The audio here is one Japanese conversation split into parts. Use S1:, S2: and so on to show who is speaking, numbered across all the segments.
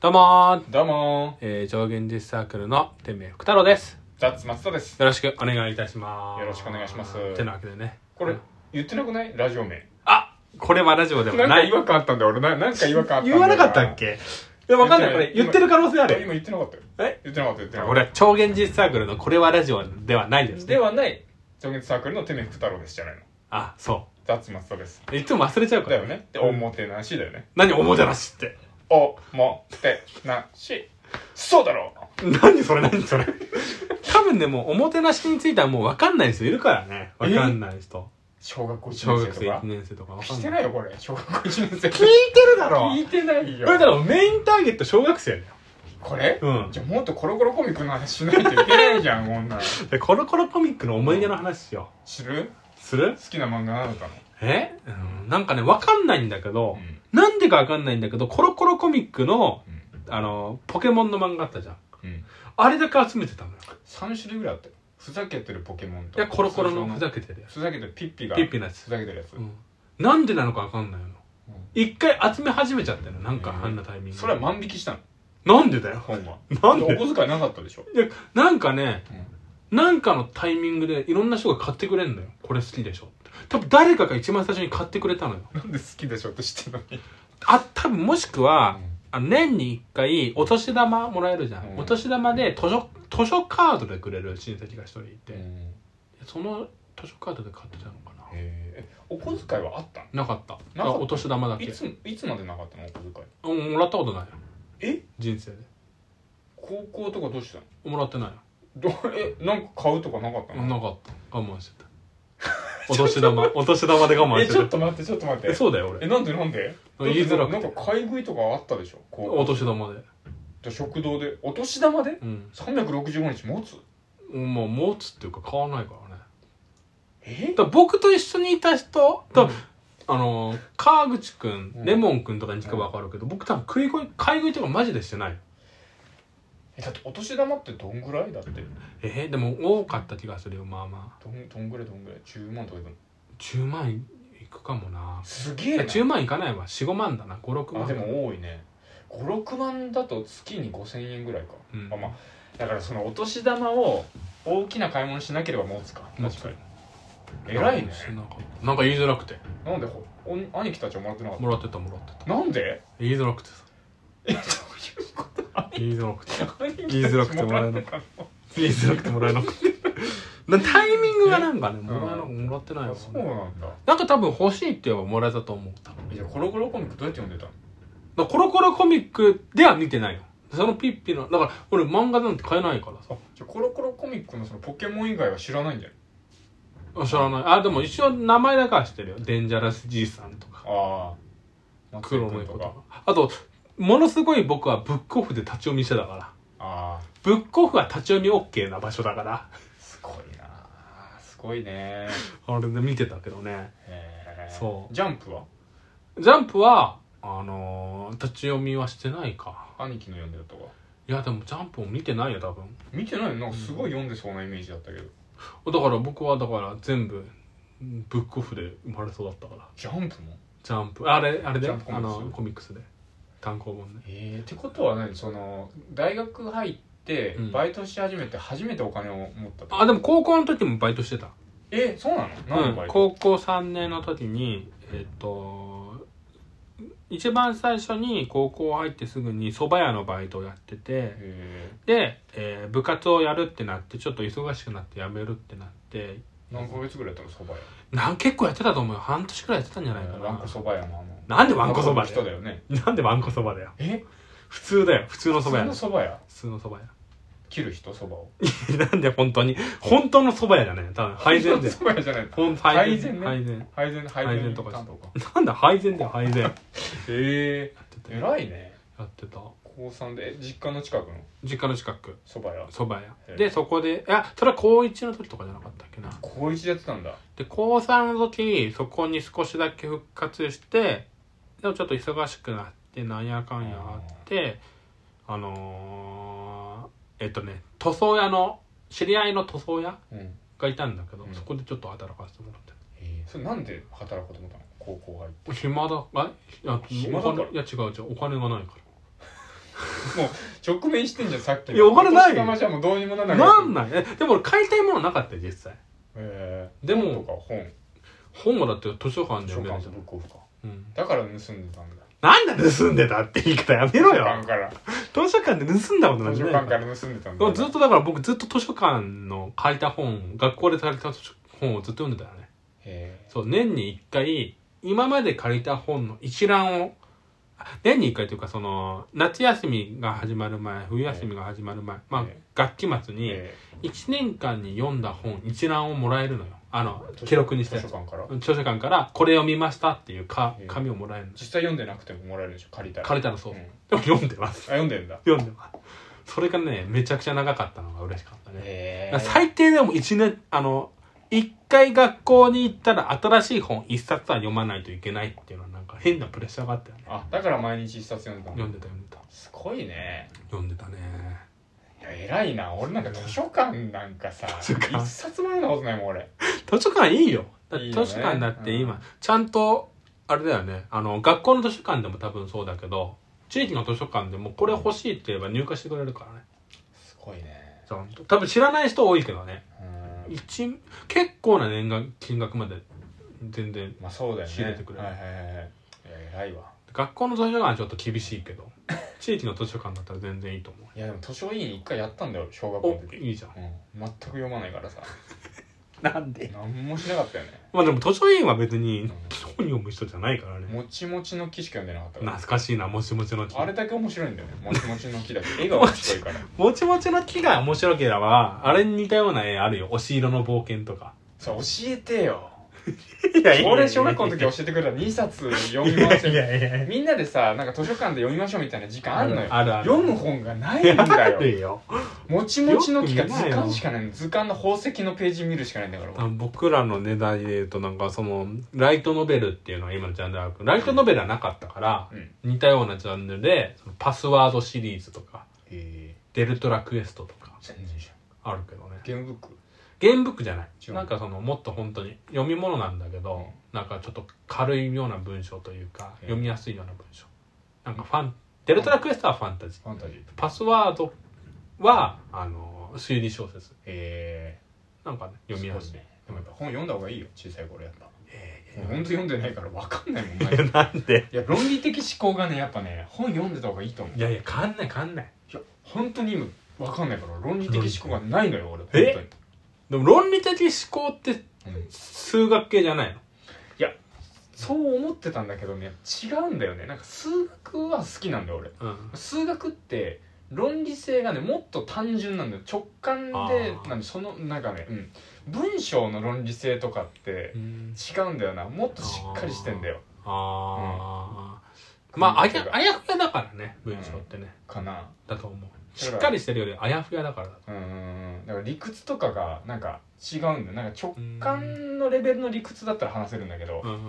S1: どうもー、
S2: どうも
S1: えー、超現実サークルの天命福太郎です。
S2: ー、ザッツ松田です。
S1: よろしくお願いいたします。
S2: よろしくお願いします
S1: てなわけでね。
S2: これ、言ってなくないラジオ名。
S1: あこれはラジオで
S2: な
S1: は
S2: んか
S1: ない
S2: 違。和感あったんだよ、俺。ななんか違和感あったんだよ
S1: 言わなかったっけいや、わかんない。これ言ってる可能性あ
S2: 今
S1: る。
S2: 言ってなかったよ。
S1: え
S2: 言ってなかった、言ってなか
S1: 俺は超現実サークルのこれはラジオではないで
S2: っ
S1: す
S2: た。
S1: ね
S2: で。はない、上月サークルのてめ福太郎ですじゃないの。
S1: あ、そ
S2: ザッツ松田です。
S1: う。いつも忘れちゃうか
S2: だ
S1: ら
S2: よ。ね。で、おもてなしだよね。
S1: 何おもてなしって。
S2: おもてなし。そうだろ
S1: 何それ何それ。多分ね、もうおもてなしについてはもうわかんない人いるからね。わかんない人。
S2: 小学校1
S1: 小
S2: 年
S1: 学生
S2: 生と
S1: 1
S2: か。
S1: 年生とかわか
S2: 聞
S1: んな
S2: いて
S1: い。
S2: ないよ、これ。小学校1年生。
S1: 聞いてるだろ
S2: 聞いてないよ
S1: こ。れだろ、メインターゲット小学生だよ。
S2: これ
S1: うん
S2: じゃあもっとコロコロコミックの話しないといけないじゃん、こんなん。
S1: でコロコロコミックの思い出の話しよ
S2: 知る
S1: うする
S2: 好きな漫画何だったの
S1: え、うん、なんかねわかんないんだけど、
S2: ん
S1: なんでかわかんないんだけどコロコロコミックのあのポケモンの漫画あったじゃん
S2: うん
S1: あれだけ集めてたのよ
S2: 3種類ぐらいあったよふざけてるポケモン
S1: い
S2: と
S1: やコロコロのふ
S2: ふ
S1: ざ
S2: ざ
S1: けてるやつ、
S2: ふざけてるピッピが
S1: ピッピのやつ
S2: ふざけてるやつ、
S1: うん、なんでなのかわかんないの一回集め始めちゃったのなんか
S2: うん
S1: あんなタイミングで
S2: それは万引きしたの
S1: なんでだよ
S2: 本は
S1: なんで
S2: お小遣いなかったでしょ、
S1: いやなんかねなんかのタイミングでいろんな人が買ってくれんのよこれ好きでしょって多分誰かが一番最初に買ってくれたのよ
S2: なんで好きでしょって知ってたのに
S1: あ多分もしくは、
S2: うん
S1: あの年に1回お年玉もらえるじゃん、
S2: うん
S1: お年玉で図書図書カードでくれる親戚が一人いて、
S2: へ
S1: その図書カードで買ってたのかな、
S2: えお小遣いはあったの
S1: なかった
S2: なかった
S1: あお年玉だけ
S2: いついつまでなかったのお小遣い
S1: うんもらったことないよ
S2: え
S1: 人生で
S2: 高校とかどうしてたの
S1: もらってないよ
S2: どえなんか買うとかなかったの
S1: なかった我慢してた お年玉お年玉で我慢
S2: え
S1: して
S2: ち
S1: た
S2: ょっと待ってちょっと待っ
S1: え
S2: て
S1: そうだよ
S2: え
S1: 俺
S2: なんでなんで
S1: 言いづらく
S2: な
S1: て
S2: んか買い食いとかあったでしょ高
S1: お
S2: 校
S1: 年玉で
S2: じゃあ食堂でお年玉で
S1: うん
S2: 365日持つ
S1: もう持つっていうか買わないからね
S2: え
S1: だから僕と一緒にいた人と、
S2: うん
S1: あのー川口くん
S2: うん
S1: レモンくんとかに聞けば分かるけど、僕多分食い声買い食いとかマジでしてない
S2: えだってお年玉ってどんぐらいだって
S1: えー、でも多かった気がするよまあまあ
S2: どんどんぐらいどんぐらい10万とかいくの
S1: 10万いくかもな
S2: すげえ
S1: え
S2: な
S1: 10万いかないわ45万だな56
S2: あ
S1: 万
S2: でも多いね56万だと月に5000円ぐらいか、
S1: うん
S2: あまあだからそのお年玉を大きな買い物しなければ持つか
S1: 持
S2: 確
S1: つ
S2: かに偉いね
S1: なんかなんか言いづらくて
S2: なんでほお兄貴たちはもらってなかっ
S1: もらってたもらってた
S2: たなんで
S1: 言いづらくてさ
S2: えどういうこと
S1: 言いづら くて
S2: 兄貴たち
S1: 言いづらくてもらえな
S2: もらったの
S1: 言いづらくてもらえなくて なタイミングがなんかねもらえな
S2: う
S1: もらってないわ、
S2: あそうなんだ
S1: なんか多分欲しいって言えばもらえたと思う多分
S2: じゃあコロコロコミックどうやって読んでたの
S1: だからコロコロコミックでは見てないよそのピッピのだから俺漫画なんて買えないからさ
S2: あじゃあコロコロコミックのそのポケモン以外は知らないんじゃない
S1: あ知らないあでも一応名前だけは知ってるよデンジャラスじいさんとか
S2: ああ
S1: 黒の子とかあとものすごい僕はブックオフで立ち読みしてたから
S2: ああ
S1: ブックオフは立ち読み OK な場所だから
S2: すごいなすごいね
S1: あれで見てたけどね
S2: へー
S1: そう
S2: ジャンプは
S1: ジャンプはあのー、立ち読みはしてないか
S2: 兄貴の読んでたとか
S1: いやでもジャンプも見てないよ多分
S2: 見てないのなんかすごい読んでそうなイメージだったけど、
S1: だから僕はだから全部うんブックオフで生まれそうだったから
S2: ジャンプも
S1: ジャンプあれあれで
S2: ジャンプコミ
S1: あ
S2: ックス
S1: のコミックスで単行本ね
S2: えー、ってことは何その大学入って
S1: うん
S2: バイトし始めて初めてお金を持ったとか、
S1: あでも高校の時もバイトしてた、
S2: えー、そうなの
S1: う
S2: 何の
S1: ん
S2: バイ、ト、
S1: 高校3年の時にえっと一番最初に高校入ってすぐに蕎麦屋のバイトをやってて
S2: え
S1: で、えー部活をやるってなってちょっと忙しくなって辞めるってなって
S2: ー、何ヶ月ぐらいやったのそば屋
S1: なん結構やってたと思うよ半年くらいやってたんじゃないか
S2: わんこ
S1: な
S2: そば屋のあの
S1: なんでわんこそば
S2: の
S1: だ
S2: 人
S1: よ
S2: だよね
S1: なんでわんこそばだよ
S2: え
S1: 普通だよ普通の蕎麦屋
S2: 普通のそば屋
S1: 普通の蕎麦
S2: 切る人そばを
S1: 屋 なんで本当に本当の蕎麦屋じゃねえ多分配膳だよ
S2: そば屋じゃない
S1: ほん
S2: 配膳ね
S1: 配膳
S2: 配膳配
S1: 配
S2: 膳
S1: 膳と
S2: と
S1: か
S2: か
S1: して
S2: 担当か
S1: なんだ配膳だよ配膳や
S2: え
S1: ってた
S2: えー、
S1: よ
S2: 偉いね
S1: やってた
S2: 高3でえ実家の近くの
S1: 実家の近く
S2: そば屋
S1: 蕎麦
S2: え
S1: 屋
S2: え
S1: でそこでいやそれは高1の時とかじゃなかったっけな
S2: 高一でやってたんだ
S1: で高3の時そこに少しだけ復活してでもちょっと忙しくなってなんやかんやあってあのー、えっとね塗装屋の知り合いの塗装屋
S2: うん
S1: がいたんだけど、
S2: うん
S1: そこでちょっと働かせてもらって
S2: それなんで働こうと思ったの高校入って
S1: 暇だあいや
S2: 暇だから
S1: お金いや違う違うお金がないから
S2: もう直面してんじゃんさっきの
S1: いやお金ない
S2: お年玉じゃもうどうにもならない
S1: なんないえでも俺買いたいものなかったよ実際
S2: えー
S1: でも
S2: 本とか本
S1: 本もだって図書館で
S2: 書
S1: 読め
S2: 館
S1: るじ
S2: と
S1: ゃん
S2: ブックオフか
S1: うん、
S2: だから盗んでたんだ
S1: なんで盗んでたって言い方やめろ
S2: 書
S1: よ
S2: 館から
S1: 図書館で盗んだことなん
S2: 図
S1: てな
S2: 書
S1: い
S2: 館から盗んでたん
S1: で
S2: だ
S1: もずっとだから僕ずっと図書館の借りた本学校で借りた図書本をずっと読んでたよね
S2: へえ
S1: そう年に1回今まで借りた本の一覧をあ年に1回というかその夏休みが始まる前冬休みが始まる前、まあ
S2: え
S1: 学期末に
S2: え
S1: 1年間に読んだ本一覧をもらえるのよあの
S2: ー
S1: 記録にして
S2: 図書館から
S1: 図書館からこれ読みましたっていうか
S2: ええ
S1: 紙をもらえるの
S2: 実際読んでなくてももらえるでしょ借りたら
S1: 借りたらそう、
S2: うん
S1: で
S2: あ
S1: も読んでます
S2: 読んでんだ
S1: 読んでますそれがねめちゃくちゃ長かったのが嬉しかったね、
S2: へ
S1: だから最低でも1年あの一回学校に行ったら新しい本一冊は読まないといけないっていうのはなんか変なプレッシャーがあったよね
S2: あだから毎日一冊読んでたんだ
S1: 読んでた読んでた
S2: すごいね
S1: 読んでたね
S2: いや偉いな俺なんか図書館なんかさ
S1: 図書館
S2: 一冊も読んだことないもん俺
S1: 図書館いいよだっ
S2: い
S1: て
S2: い
S1: 図
S2: よね
S1: 書館だって今、
S2: うん
S1: ちゃんとあれだよねあの学校の図書館でも多分そうだけど地域の図書館でもこれ欲しいって言えば入荷してくれるからね
S2: すごいね
S1: ちゃんと多分知らない人多いけどね
S2: うん
S1: 一結構な年額金額まで全然
S2: まあそうだよね
S1: 仕入れてくれる
S2: はいはいはいはいいや偉いわ
S1: 学校の図書館はちょっと厳しいけ ど地域の図書館だったら全然いいと思
S2: いやでも図書委員一回やったんだよ小学校の
S1: うお
S2: 時
S1: いいじゃん
S2: うん全く読まないか らさ
S1: なんで
S2: 何もしなかったよね
S1: まあでも図書委員は別
S2: うん
S1: に本読む人じゃないからね
S2: もちもちの木しか読んでなかったから
S1: 懐かしいなもちもちの木
S2: あれだけ面白いんだよねもちもちの 木だけ絵が面白いから
S1: もちもちの木が面白ければあれに似たような絵あるよ「押し色の冒険」とか
S2: さ教えてよ
S1: いや
S2: 俺小学校の時教えてくれた2冊読み回せ
S1: い
S2: る
S1: やいやいや
S2: みんなでさなんか図書館で読みましょうみたいな時間あるのよ
S1: あるある
S2: 読む本がないんだ
S1: あ
S2: よ
S1: るよ
S2: もちもちの木が
S1: よく見
S2: 図
S1: ないよ
S2: 鑑しかないの図鑑の宝石のページ見るしかないんだから俺
S1: あ僕らの値段で言うとなんかそのライトノベルっていうのは今のジャンルあるけどライトノベルはなかったから
S2: うん
S1: 似たようなジャンルでそのパスワードシリーズとか
S2: え
S1: デルトラクエストとか
S2: 全然じゃ
S1: あるけどね
S2: んゲームブック
S1: ゲームブックじゃない
S2: 違う
S1: なんかそのもっと本当に読み物なんだけど、なんかちょっと軽いような文章というか、
S2: うん
S1: 読みやすいような文章なんかファンデルトラクエストはファンタジー
S2: ファンタジー
S1: パスワードはあの推理小説
S2: え
S1: なんかね読みやすい
S2: ねでもやっぱ本読んだ方がいいよ小さい頃やっぱ
S1: え
S2: 本当読んでないから分かんない もん
S1: えいや
S2: ね
S1: なんで
S2: いや論理的思考がねやっぱね本読んでた方がいいと思う
S1: いやいや変わんない変わんない
S2: いや本当に今分かんないから論理的思考がないのよ俺本
S1: え
S2: 当に
S1: でも論理的思考って
S2: うん
S1: 数学系じゃないの
S2: そう思ってたんだけどね違うんだよねなんか数学は好きなんだよ俺
S1: うん
S2: 数学って論理性がねもっと単純なんだよ直感
S1: あ
S2: で
S1: ー
S2: なんでそのなんかね、うん、文章の論理性とかって違うんだよなもっとしっかりしてんだよ
S1: ああ、まああやあやふやだからね文章ってね、
S2: かな
S1: だと思うしっかりしてるよりあやふやだからだと
S2: うんうんうんだから理屈とかがなんか違うんだよなんか直感のレベルの理屈だったら話せるんだけど、
S1: 思ううん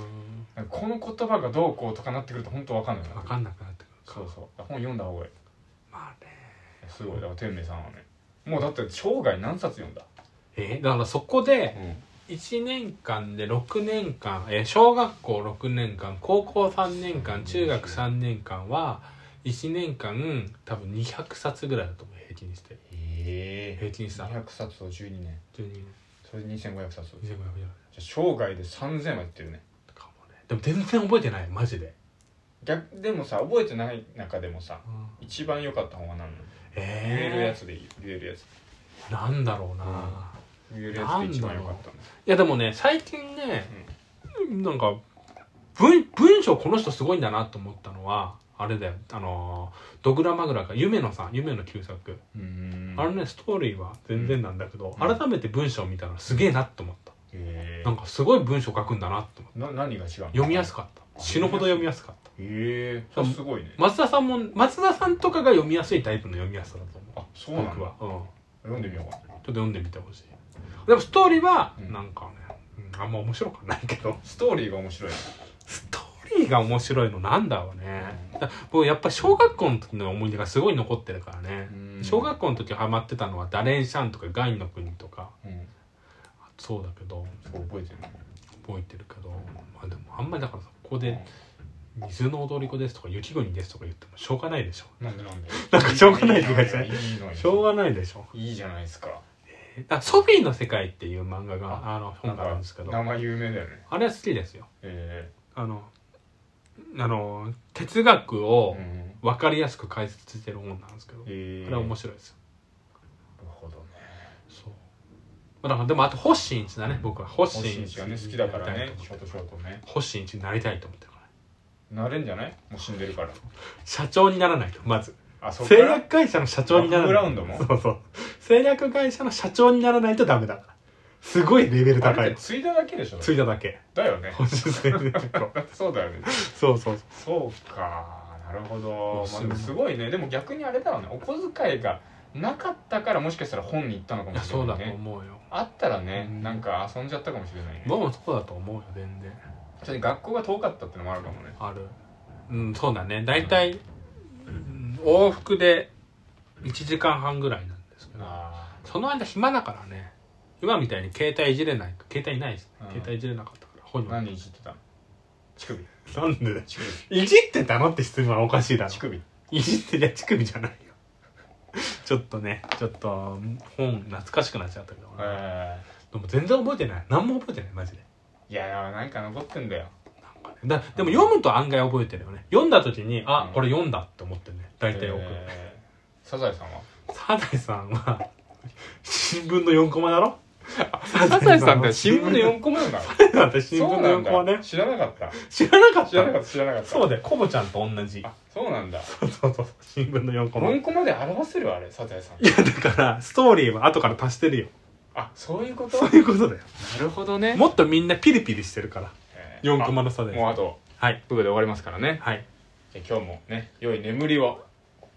S2: なんかこの言葉がどうこうとかなってくると本当わかんないな
S1: 分かんなくなってくる
S2: そうそう本読んだ方がいい
S1: まあね
S2: すごいだから天明さんはねもうだって生涯何冊読んだ、
S1: えだからそこで1年間で6年間え小学校6年間高校3年間中学3年間は1年間多分200冊ぐらいだと思う平均して
S2: え
S1: 平均した
S2: 200冊を12年
S1: 12年
S2: それで2500冊じゃ
S1: 2500円
S2: あ生涯で3000はいってるね
S1: とかもねでも全然覚えてないマジで、
S2: 逆でもさ覚えてない中でもさ
S1: うん、
S2: 一番良かった本は何なの言えるや
S1: え
S2: つでいいよ言えるやつ
S1: ー、なんだろうな、
S2: うん言えるやつで一番良かったの
S1: いやでもね最近ね、なんか文文章この人すごいんだなと思ったのはあれだよあのードグラマグラが夢野さん夢野旧作、
S2: うーん
S1: あれねストーリーは全然なんだけど、
S2: うん
S1: 改めて文章を見たらすげえなと思った、
S2: へ
S1: なんかすごい文章書くんだなって思った
S2: な何が違うの
S1: 読みやすかった死ぬほど読みやすかった
S2: へえそれすごいね
S1: 松田さんも松田さんとかが読みやすいタイプの読みやすさだと思
S2: あそう
S1: う
S2: なんだ
S1: 僕は、うん、ちょ
S2: 読んでみようかな
S1: っと読んでみてほしいでもストーリーは
S2: うん
S1: なんかね、うんあんま面白くはないけど
S2: ストーリーが面白い
S1: ストーリーが面白いのなんだろうねだ僕やっぱ小学校の時の思い出がすごい残ってるからね
S2: うん
S1: 小学校の時ハマってたのは「ダレンシャン」とか「ガインの国」とか
S2: うん
S1: そうだけど
S2: そう覚えてる
S1: 覚えてるけど、まあ、でもあんまりだからそこで水の踊り子ですとか雪国ですとか言ってもしょうがないでしょ
S2: なんでなんで
S1: なんかしょうがない気がしない
S2: いいのよ
S1: しょうがないでしょ
S2: いいじゃないですか
S1: あソフィーの世界っていう漫画があの
S2: な
S1: 本
S2: ん
S1: がある
S2: か
S1: んですけど
S2: 名前有名だよね
S1: あれは好きですよ
S2: え
S1: あのあの哲学
S2: えう
S1: を
S2: ん
S1: 分かりやすく解説してる本なんですけど、
S2: ええ
S1: あれは面
S2: 白
S1: 白いですよ
S2: いなるほどね
S1: そうまあだからでもあと星一だね僕は星一
S2: 星一がね好きだからねショートシ
S1: 星
S2: ョートね
S1: 一になりたいと思ってるから
S2: なれんじゃないもう死んでるから
S1: 社長にならないとまず
S2: あそっか
S1: 製
S2: ら
S1: 薬会社の社長にならない
S2: バックグラウンドも
S1: そうそう製薬会社の社長にならないとダメだからすごいレベル
S2: あ
S1: 高
S2: れっ
S1: い
S2: て継いだだけでしょ
S1: ついただ け
S2: だよね
S1: 星製薬と
S2: そうだよね
S1: そうそう
S2: そうかなるほど、まあ、
S1: そう
S2: でもすごいねでも逆にあれだろうねお小遣いがなかったからもしかしたら本に行ったのか
S1: い
S2: も
S1: や
S2: し
S1: そ
S2: れ
S1: う
S2: な
S1: だ
S2: い
S1: と
S2: ね
S1: 思うよ
S2: あったらね、
S1: うん
S2: なんか遊んじゃったかもしれないね
S1: 僕もそうだと思うよ全然
S2: ちょっと学校が遠かったってのもあるかもね
S1: あるうんそうだね大体、うん、往復で1時間半ぐらいなんですけど
S2: あ
S1: その間暇だからね今みたいに携帯いじれない携帯ないですね、
S2: うん
S1: 携帯いじれなかったから本
S2: あ
S1: に
S2: 何いじってたの乳首
S1: なんで
S2: 乳首
S1: いじってたのって質問はおかしいだろ
S2: 乳首
S1: いじってりゃ乳首じゃないよ ちょっとねちょっと本懐かしくなっちゃったけど、ね
S2: え
S1: でも全然覚えてない何も覚えてないマジで
S2: ーいやいやなんか残ってんだよ
S1: だでも読むと案外覚えてるよね読んだ時にあ、
S2: うん
S1: これ読んだって思ってね大体送る、
S2: えーサザエさんは
S1: サザエさんは新聞の4コマだろ
S2: サザエさんって新聞の4個目なの
S1: だって新聞
S2: そ
S1: の
S2: うなん
S1: 4コマね
S2: だ知らなかった
S1: 知らなかっ
S2: 知らなか
S1: た
S2: った知らなかった
S1: そうだよコボちゃんと同じ
S2: あそうなんだ
S1: そうそうそう新聞の4コマい
S2: 4個まで表せるあれサザエさん
S1: やだからストーリーは後から足してるよ
S2: あそういうこと
S1: そういうことだよ
S2: るほどね
S1: もっとみんなピリピリしてるから
S2: えー
S1: 4コマの差で
S2: あもうあと
S1: はい
S2: 部で終わりますからね
S1: はい
S2: じゃあ今日もね良い眠りを